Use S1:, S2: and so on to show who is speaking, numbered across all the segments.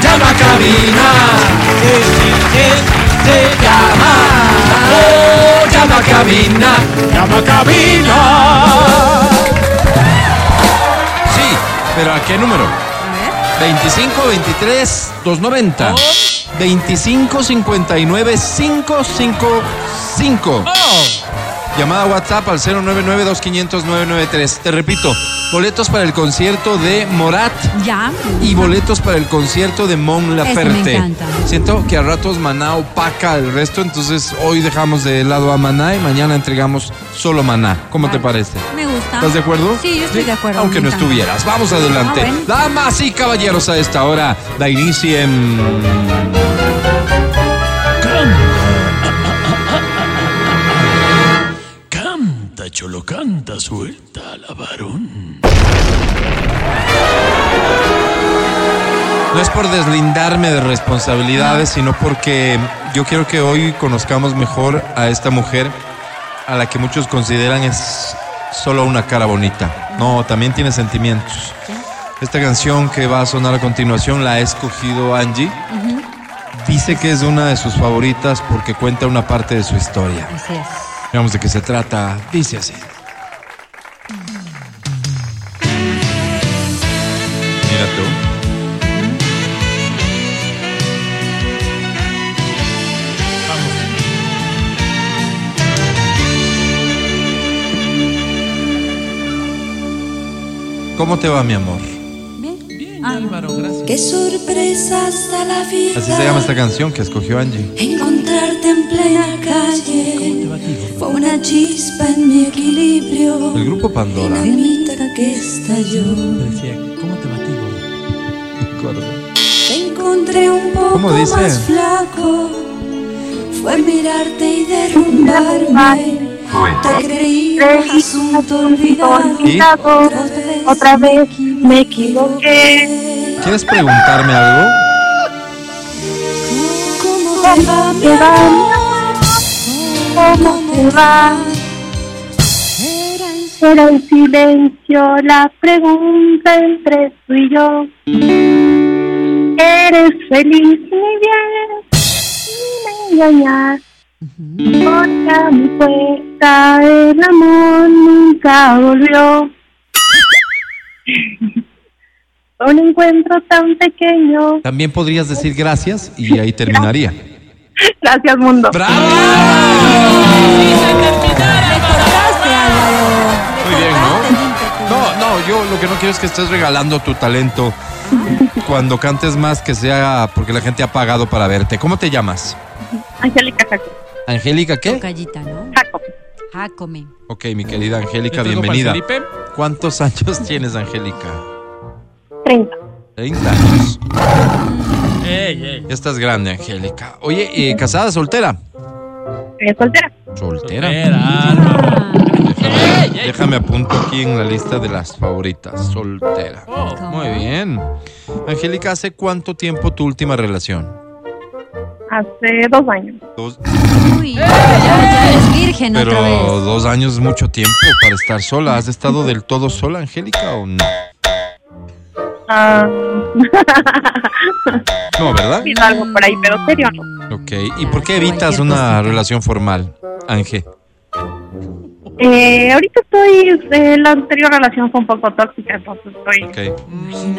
S1: Llama a cabina. Llama. Oh, llama a cabina. Llama a cabina. Sí, pero ¿a qué número? 25 23 290 25 59 555 Llamada WhatsApp al 099 2500 993 Te repito, boletos para el concierto de Morat
S2: Ya.
S1: y boletos para el concierto de Mon Laferte.
S2: me encanta.
S1: Siento que a ratos Maná opaca el resto, entonces hoy dejamos de lado a Maná y mañana entregamos solo Maná. ¿Cómo te parece?
S2: Me gusta.
S1: ¿Estás de acuerdo?
S2: Ah, Sí, yo estoy de acuerdo.
S1: Aunque no
S2: me encanta.
S1: estuvieras. Vamos adelante.
S2: Ah, bueno.
S1: Damas y caballeros, a esta hora da inicio en...
S3: Canta, cholo, canta, suelta la varón.
S1: No es por deslindarme de responsabilidades, sino porque yo quiero que hoy conozcamos mejor a esta mujer a la que muchos consideran es solo una cara bonita. No, también tiene sentimientos. Esta canción que va a sonar a continuación la ha escogido Angie. Dice que es una de sus favoritas porque cuenta una parte de su historia.
S2: Así es.
S1: Veamos de qué se trata. Dice así. Mira tú. ¿Cómo te va, mi amor?
S2: Bien.
S4: Qué sorpresa hasta la vida.
S1: Así se llama esta canción que escogió Angie.
S4: Encontrarte en plena calle fue una chispa en mi equilibrio.
S1: El grupo Pandora.
S4: Dinamita que estalló. Te encontré un poco
S1: ¿Cómo dice?
S4: más flaco. Fue mirarte y derrumbarme. Te creí un asunto olvidado.
S1: ¿Y?
S5: Otra vez me equivoqué.
S1: ¿Quieres preguntarme algo?
S4: ¿Cómo te va, mi
S5: Te va,
S4: amor?
S5: ¿Cómo te va?
S4: Era en
S5: Era el silencio la pregunta entre tú y yo. ¿Eres feliz, mi bien? ni me engañas. Porque a mi puerta el amor nunca volvió. Un encuentro tan pequeño.
S1: También podrías decir gracias y ahí terminaría.
S5: Gracias, mundo.
S2: Recordaste, Álvaro.
S1: Muy bien,
S2: Recordaste
S1: ¿no?
S2: el ímpetu.
S1: No, no, yo lo que no quiero es que estés regalando tu talento. Cuando cantes más que sea porque la gente ha pagado para verte. ¿Cómo te llamas?
S5: Angélica Jaco.
S1: Angélica, ¿qué?
S2: Tocallita, ¿no? Ah,
S5: Jaco.
S2: Jácome.
S1: Ok, mi querida Angélica, bienvenida. ¿Cuántos años tienes, Angélica?
S5: 30.
S1: 30 años. Ya estás grande, Angélica. Oye, eh, ¿casada, soltera?
S5: Eh, soltera.
S1: Soltera.
S6: Ah,
S1: Déjame, déjame apunto aquí en la lista de las favoritas. Soltera.
S2: Oh,
S1: Muy bien. Angélica, ¿hace cuánto tiempo tu última relación?
S5: Hace dos años.
S1: Dos,
S2: Uy, ya eres virgen otra
S1: pero
S2: vez.
S1: dos años es mucho tiempo para estar sola. ¿Has estado del todo sola, Angélica, o no?
S5: Ah,
S1: No, ¿verdad?
S5: pido algo por ahí, pero serio no.
S1: Ok. ¿Y por qué evitas una relación formal, Ángel?
S5: Eh, ahorita estoy, eh, la anterior relación fue un poco tóxica, entonces estoy...
S1: Ok.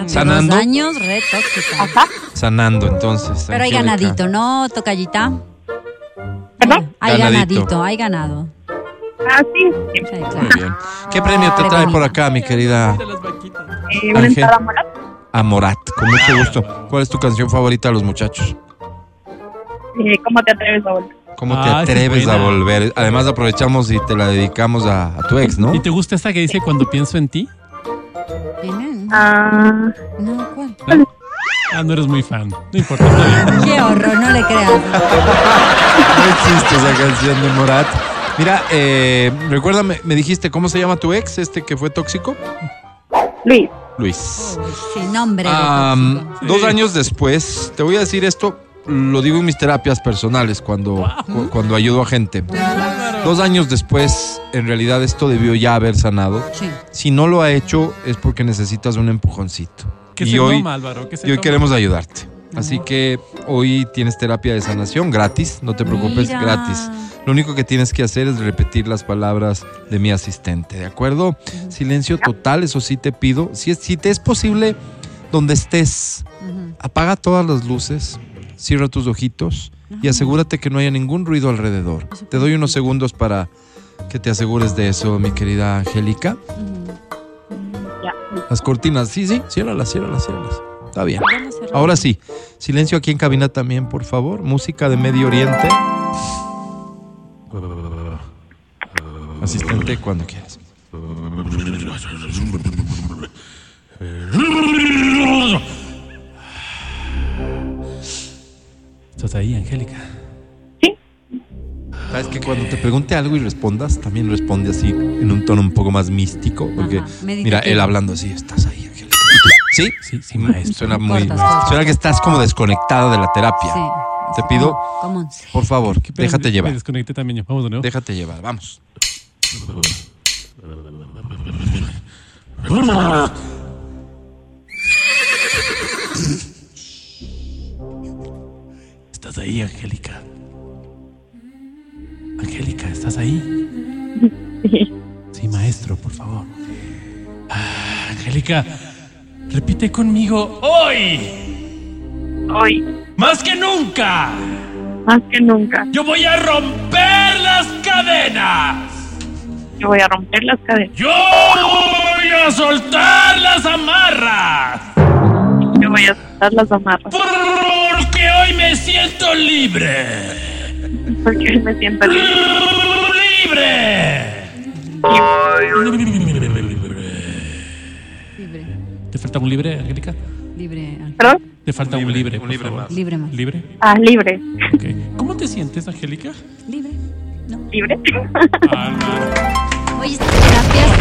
S2: Sanando.
S1: ¿Sanando?
S2: Dos años re tóxica.
S5: Ajá.
S1: Sanando, entonces.
S2: Pero hay
S1: Angélica.
S2: ganadito, ¿no, Tocallita?
S5: ¿Perdón?
S2: Hay
S1: Ganadito.
S2: ganadito, hay ganado.
S5: Ah, sí. sí.
S2: Sí,
S1: Muy
S2: claro.
S1: bien. ¿Qué premio
S2: Ah,
S1: te trae por acá, mi querida
S5: Eh, una
S1: Ángel.
S5: entrada moral.
S1: Amorat? Con mucho gusto. ¿Cuál es tu canción favorita a los muchachos?
S5: Eh, ¿Cómo te atreves a volver?
S1: ¿Cómo te
S6: Ah, esa es
S1: atreves a
S6: buena.
S1: volver? Además aprovechamos y te la dedicamos a, a tu ex, ¿no?
S6: ¿Y te gusta esta que dice cuando pienso en ti?
S2: Bien, ¿eh?
S5: Ah,
S2: No, ¿cuál?
S6: Ah, no eres muy fan. No importa. está bien.
S2: Qué horror, no le creas.
S1: No existe esa canción de Morat. Mira, eh, recuérdame, me dijiste, ¿cómo se llama tu ex, este que fue tóxico?
S5: Luis.
S1: Luis.
S2: Sin nombre. de
S1: Am,
S2: tóxico.
S1: dos
S6: Sí.
S1: años después, te voy a decir esto, lo digo en mis terapias personales cuando, cu- cuando ayudo a gente. Dos años después, en realidad esto debió ya haber sanado.
S2: Sí.
S1: Si no lo ha hecho, es porque necesitas un empujoncito.
S6: ¿Qué
S1: y
S6: se
S1: hoy,
S6: toma, Álvaro? ¿Qué se
S1: y hoy
S6: toma?
S1: queremos ayudarte. Así que hoy tienes terapia de sanación gratis, no te preocupes,
S2: Mira.
S1: gratis. Lo único que tienes que hacer es repetir las palabras de mi asistente, ¿de acuerdo? Silencio total, eso sí te pido. Si, es- si te es posible, donde estés,
S2: Ujú.
S1: apaga todas las luces, cierra tus ojitos y asegúrate que no haya ningún ruido alrededor. Te doy unos segundos para que te asegures de eso, mi querida Angélica.
S5: Ya.
S1: Las cortinas, sí, sí, ciérralas, ciérralas, ciérralas. Está bien.
S2: Ya no se rompe.
S1: Ahora sí, silencio aquí en cabina también, por favor. Música de Medio Oriente. Asistente, cuando quieras.
S6: Estás ahí, Angélica.
S1: Sabes que cuando te pregunte algo y respondas, también responde así, en un tono un poco más místico. Porque,
S2: Ajá,
S1: mira,
S2: meditativo.
S1: él hablando así, estás ahí, Angélica. ¿Sí?
S6: Sí, sí, maestro.
S1: Mm, Suena muy.
S2: Cortas, cortas.
S1: Suena que estás como desconectada de la terapia.
S2: Sí.
S1: Te pido,
S2: ¿Cómo?
S1: por favor,
S6: Pero
S1: déjate
S6: me- Me
S1: llevar.
S6: desconecté también. ya. Vamos de nuevo.
S1: Déjate llevar, vamos.
S6: ¿Estás ahí, Angélica? Angélica, ¿estás ahí? Sí, maestro, por favor. Ah, Angélica, repite conmigo hoy,
S5: Hoy,
S6: más que nunca.
S5: más que nunca,
S6: Yo voy a romper las cadenas.
S5: yo voy a romper las cadenas.
S6: Yo voy a soltar las amarras.
S5: Yo voy a soltar las amarras
S6: Porque hoy me siento libre.
S5: porque hoy me siento libre.
S6: Libre.
S2: Libre,
S6: ¿Te falta un libre, Angélica?
S2: libre, ah,
S5: ¿Perdón?
S6: Te falta un libre, por
S1: libre
S6: favor.
S1: más.
S2: libre más.
S6: ¿Libre?
S5: Ah, libre.
S6: Ok. ¿Cómo te sientes, Angélica?
S2: Libre. No.
S5: ¿Libre?
S2: Oye, estas terapias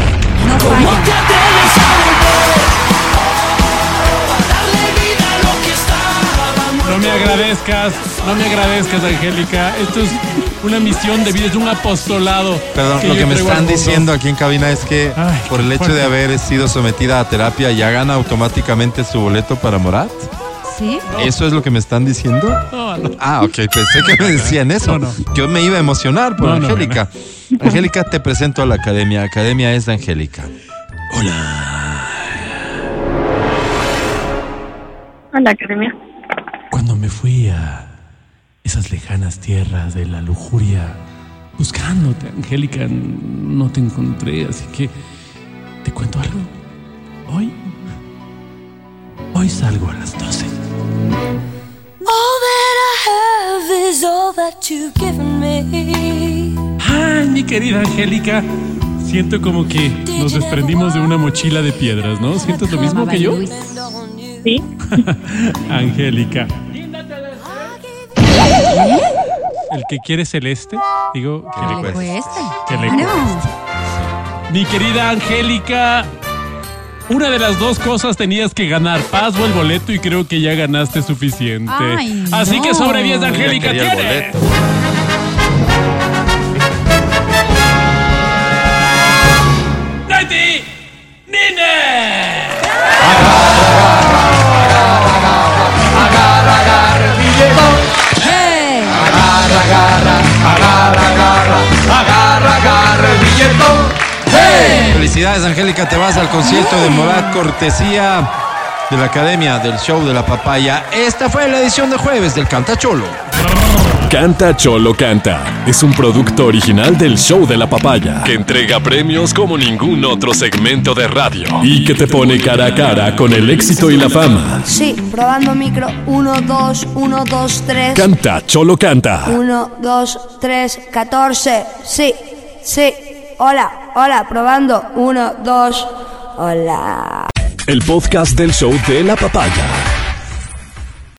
S2: no fallan.
S6: No me agradezcas, no me agradezcas, Angélica. Esto es una misión de vida, es un apostolado.
S1: Perdón, lo
S6: yo
S1: que me
S6: traigo al
S1: están
S6: mundo.
S1: diciendo aquí en cabina es que
S6: Ay,
S1: por
S6: qué
S1: el hecho
S6: fuerte.
S1: de haber sido sometida a terapia ya gana automáticamente su boleto para Morat.
S2: ¿Sí?
S1: ¿Eso es lo que me están diciendo?
S6: No, no.
S1: Ah, ok, pensé que me decían eso.
S6: No,
S1: Yo me iba a emocionar por
S6: No, no,
S1: Angélica. Angélica, te presento a la academia. Academia es de Angélica.
S5: A la academia.
S6: Cuando me fui a esas lejanas tierras de la lujuria, buscándote, Angélica, no te encontré, así que te cuento algo. Hoy, hoy salgo a las 12.
S4: All that I have is all that you've given me.
S6: Ay, mi querida Angélica, siento como que nos desprendimos de una mochila de piedras, ¿no? ¿Sientes lo mismo que yo?
S2: Luis.
S5: Sí.
S6: Angélica. El que quiere celeste, digo, que
S1: ¿Qué
S6: le
S1: le
S2: ¿Qué pues. le cuesta?
S6: Que le
S2: Claro.
S6: Mi querida Angélica, una de las dos cosas tenías que ganar, paz o el boleto, y creo que ya ganaste suficiente.
S2: Ay,
S6: Así
S2: no.
S6: que sobre 10 de
S1: Ella
S6: Angélica
S1: quería el
S6: tiene.
S1: boleto.
S6: ¡Nati! ¡Nine!
S2: ¡Hey!
S1: Felicidades, Angélica. Te vas al concierto de Morat Cortesía de la Academia del Show de la Papaya. Esta fue la edición de jueves del Cantacholo.
S3: Canta Cholo Canta es un producto original del show de la papaya que entrega premios como ningún otro segmento de radio y que te pone cara a cara con el éxito y la fama.
S7: Sí, probando micro. 1, 2, 1, 2, 3.
S3: Canta Cholo Canta.
S7: 1, 2, 3, 14. Sí, sí. Hola, hola, probando. 1, 2. Hola.
S3: El podcast del show de la papaya.